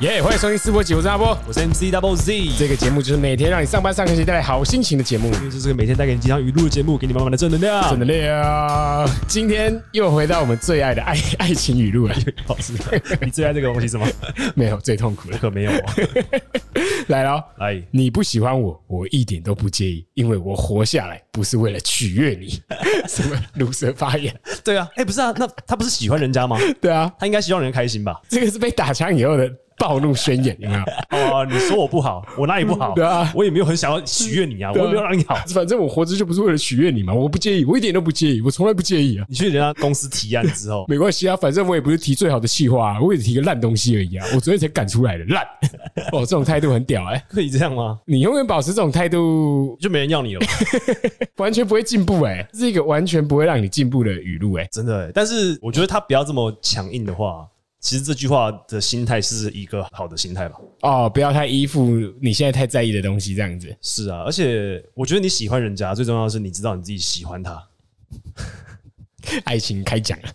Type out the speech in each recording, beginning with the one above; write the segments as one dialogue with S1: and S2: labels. S1: 耶欢迎收听四波集，我是阿波。
S2: 我是 MC Double Z，因
S1: 这个节目就是每天让你上班上学带来好心情的节目，
S2: 为这是个每天带给你鸡汤语录的节目，给你满满的正能量。
S1: 正能量。今天又回到我们最爱的爱 爱情语录了，
S2: 老师，你最爱这个东西哦是吗？
S1: 没有最痛苦的。
S2: 可没有哎哦。
S1: 来了，
S2: 来，
S1: 你不喜欢我，我一点都不介意，因为我活下来不是为了取悦你。 什么毒舌发言？
S2: 对啊，哎、不是啊，那他不是喜欢人家吗？
S1: 对啊，
S2: 他应该希望人家开心吧？
S1: 这个是被打枪以后的暴怒宣言，有没有？
S2: 哦、你说我不好，我哪里不好？
S1: 对啊
S2: 我也没有很想要取悦你啊，我
S1: 对啊
S2: 也没有让你好。
S1: 反正我活着就不是为了取悦你嘛，我不介意，我一点都不介意，我从来不介意啊。
S2: 你去人家公司提案之后，
S1: 没关系啊，反正我也不是提最好的气话、啊，我也提个烂东西而已啊。我昨天才赶出来的烂，哦，这种态度很屌哎、
S2: 可以这样吗？
S1: 你永远保持这种态度，
S2: 就没人要你了吧，
S1: 完全不会进步哎、这是一个完全不会让你进步的语录哎、
S2: 真的、欸。但是我觉得他不要这么强硬的话，其实这句话的心态是一个好的心态吧。
S1: 哦，不要太依附你现在太在意的东西这样子。
S2: 是啊，而且我觉得你喜欢人家，最重要的是你知道你自己喜欢他。
S1: 爱情开讲了，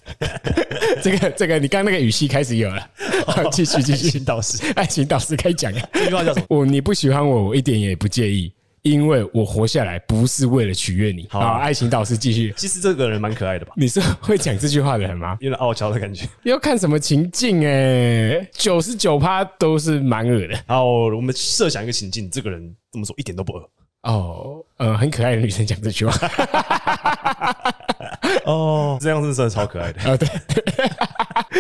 S1: 这个这个你刚刚那个语气开始有了，好 继续继续，
S2: 导师，
S1: 爱情导师开讲了。
S2: 这句话叫什么？
S1: 我你不喜欢我，我一点也不介意，因为我活下来不是为了取悦你。好，
S2: 好啊
S1: 爱情导师继续。
S2: 其实这个人蛮可爱的吧，
S1: 你是会讲这句话的人吗？
S2: 有点傲娇的感觉。
S1: 要看什么情境哎、九十九趴都是蛮恶的
S2: 然后我们设想一个情境，这个人这么说一点都不恶。
S1: 哦。呃，很可爱的女生讲这句话
S2: 哦，这样是真的超可爱的，
S1: 啊，对，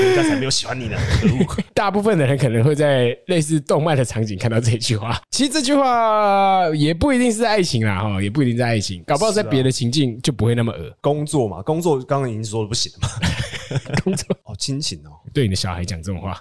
S2: 人家才没有喜欢你呢，可恶！
S1: 大部分的人可能会在类似动漫的场景看到这句话。其实这句话也不一定是在爱情啦，哈，也不一定在爱情，搞不好在
S2: 是啊
S1: 别的情境就不会那么恶。
S2: 工作嘛，工作刚刚已经说了不行了嘛。
S1: 工作
S2: 哦，亲情哦，
S1: 对你的小孩讲这种话，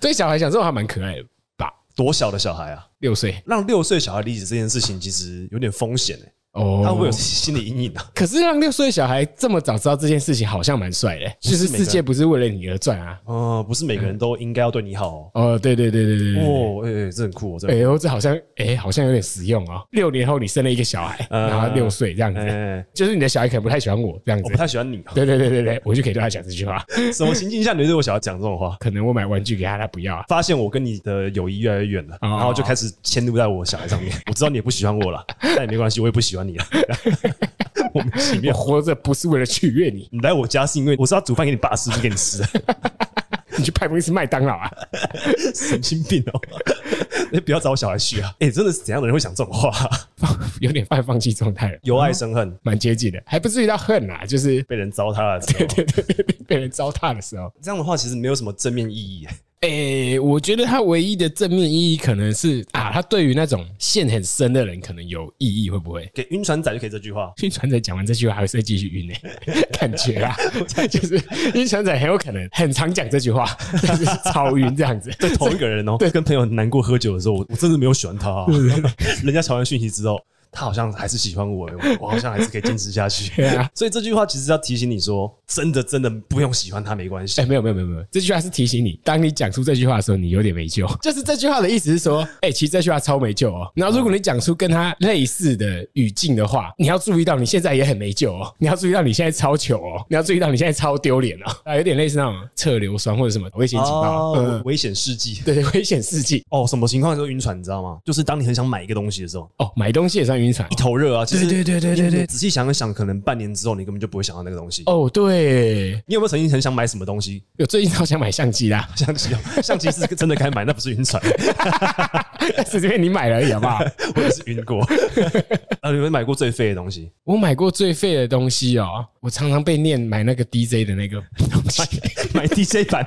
S1: 对小孩讲这种话蛮可爱的吧？
S2: 多小的小孩啊，
S1: 六岁
S2: 让六岁小孩理解这件事情其实有点风险哎，
S1: 哦，
S2: 他会有心理阴影啊。
S1: 可是让六岁小孩这么早知道这件事情，好像蛮帅的、就是
S2: 每个
S1: 世界不是为了你而转啊。
S2: 哦，不是每个人都应该要对你好哦。
S1: 哦，对对对对对对对。
S2: 哦，哎，哎这很酷哦，这
S1: 哎
S2: 很酷
S1: 呦，这好像哎，好像有点实用哦。六年后你生了一个小孩，
S2: 呃
S1: 然后六岁这样子，
S2: 哎，
S1: 就是你的小孩可能不太喜欢我这样
S2: 我
S1: 子
S2: 不。太喜欢你哦。
S1: 对对对对对，我就可以对他讲这句 话。
S2: 什么情境下你对我小孩讲这种话？
S1: 可能我买玩具给他，他不要啊。
S2: 发现我跟你的友谊越来越远了，
S1: 哦
S2: 然后就开始迁怒在我小孩上面。我知道你也不喜欢我了，但也没关系，我也不喜欢你了。莫名其
S1: 我
S2: 妙，
S1: 活着不是为了取悦你，
S2: 你来我家是因为我是要煮饭给你爸吃，不是给你吃的，
S1: 你去派不吃麦当劳啊？
S2: 神经病哦！你不要找我小孩去啊！哎、真的是怎样的人会讲这种话？
S1: 有点半放弃状态了，
S2: 由爱生恨，
S1: 蛮接近的，还不至于到恨啊，就是
S2: 被人糟蹋了之后，
S1: 对对对对被人糟蹋的时候。
S2: 这样的话其实没有什么正面意义。
S1: 诶、哎我觉得它唯一的正面意义可能是啊，它对于那种陷很深的人可能有意义，会不会？
S2: 给晕船仔就可以这句话，
S1: 晕船仔讲完这句话还会再继续晕 呢、感觉啊，就是晕船仔很有可能很常讲这句话，但是超晕 这样子。
S2: 对 同一个人哦，对，跟朋友难过喝酒的时候，我我真的没有喜欢他、 啊， 人家传完讯息之后，他好像还是喜欢我、 欸，我我好像还是可以坚持下去。
S1: 对啊，
S2: 所以这句话其实要提醒你说，真的真的不用喜欢他没关系
S1: 哎、。没有没有没有没有，这句话是提醒你，当你讲出这句话的时候，你有点没救。 就是这句话的意思是说， 哎、其实这句话超没救哦。然后如果你讲出跟他类似的语境的话，你要注意到你现在也很没救哦，你要注意到你现在超糗哦，你要注意到你现在超丢脸哦，啊，有点类似那种侧硫酸或者什么危险警报，嗯、
S2: 呃危险事迹
S1: 对对，危险事迹
S2: 哦，什么情况就晕船，你知道吗？就是当你很想买一个东西的时候，
S1: 哦，买东西也算晕船
S2: 一头热啊。其实
S1: 对对对对对对
S2: 你仔细想一想，可能半年之后你根本就不会想要那个东西。
S1: 哦，对，
S2: 你有没有曾经很想买什么东西？
S1: 有最近超想买相机啦，
S2: 相机哦，相机是真的该买，那不是晕船，
S1: 但是这边你买了而已，好不 好？
S2: 我也是晕过。啊，你们买过最废的东西？
S1: 我买过最废的东西哦，我常常被念买那个 DJ 的那个东 西，
S2: 买 DJ 版，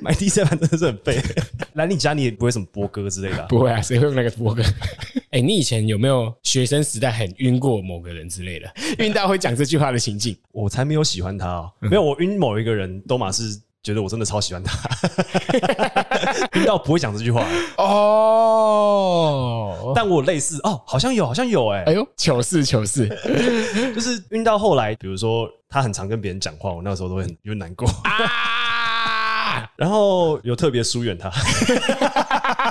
S2: 买 DJ 版真的是很废。来你家你也不会什么播歌之类的啊、
S1: 不会啊，谁会用那个播歌？ 哎、你以前有没有学生时代很晕过某个人之类的， 晕到会讲这句话的情境？
S2: 我才没有喜欢他、哦，
S1: 嗯
S2: 没有我晕某一个人，都马是觉得我真的超喜欢他， 晕到不会讲这句话，
S1: 哦，
S2: 但我类似哦，好像有，好像有、欸，
S1: 哎呦，糗事糗事
S2: 就是晕到后来，比如说他很常跟别人讲话，我那个时候都会很有点难过。
S1: 啊！
S2: 然后有特别疏远他，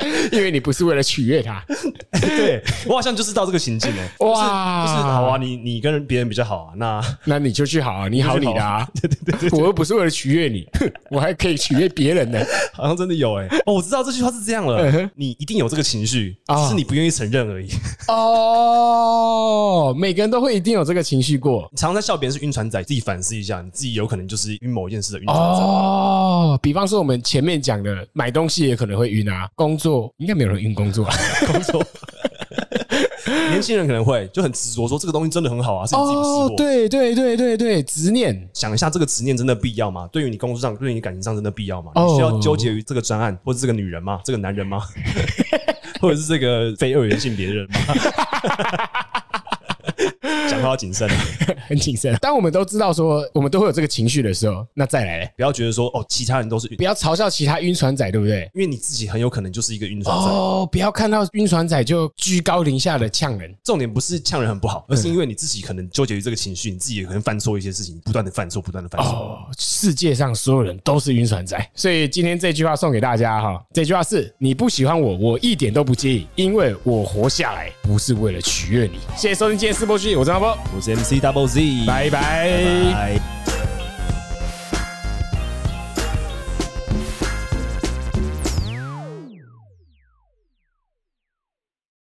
S1: 因为你不是为了取悦他，
S2: 对我好像就是到这个情境哎、欸，
S1: 哇，
S2: 就是好啊，，你你跟别人比较好啊，那
S1: 那你就去好啊，你好你的啊，
S2: 对对对，
S1: 我又不是为了取悦你， 哼我还可以取悦别人呢。
S2: 好像真 的有哎、哦，我知道这句话是这样
S1: 嗯
S2: 了
S1: 哼，
S2: 你一定有这个情绪，
S1: 啊
S2: 只是你不愿意承认而已。
S1: 哦，每个人都会一定有这个情绪过。
S2: 你常常在笑别人是晕船仔，自己反思一下，你自己有可能就是因某一件事的晕船仔。
S1: 哦，比方说我们前面讲的，买东西也可能会晕啊，工作应该没有人晕工作啊。
S2: 工作。 年轻人可能会就很执着，说这个东西真的很好啊，是你自己不是
S1: 哦
S2: 我。，
S1: 对对对对对，执念
S2: 想一下，这个执念真的必要吗？对于你工作上，对于你感情上，真的必要吗？
S1: 哦
S2: 你需要纠结于这个专案，或是这个女人吗？这个男 人吗？或者是这个非二元性别的人吗？ 讲话要谨慎，
S1: 很谨慎。当我们都知道说我们都会有这个情绪的时候，那再来嘞，
S2: 不要觉得说哦，其他人都是晕
S1: 不，要嘲笑其他晕船仔，对不对？
S2: 因为你自己很有可能就是一个晕船仔。
S1: 哦，不要看到晕船仔就居高临下的呛人。
S2: 重点不是呛人很不好，而是因为你自己可能纠结于这个情绪，你自己也可能犯错一些事情，不断的犯错，不断的犯错。
S1: 哦，世界上所有人都是晕船仔，所以今天这句话送给大家哈。这句话是：你不喜欢我，我一点都不介意，因为我活下来不是为了取悦你。谢谢收听今天的播剧，我是张波，
S2: 我是 MC Double Z，
S1: 拜拜
S2: 拜。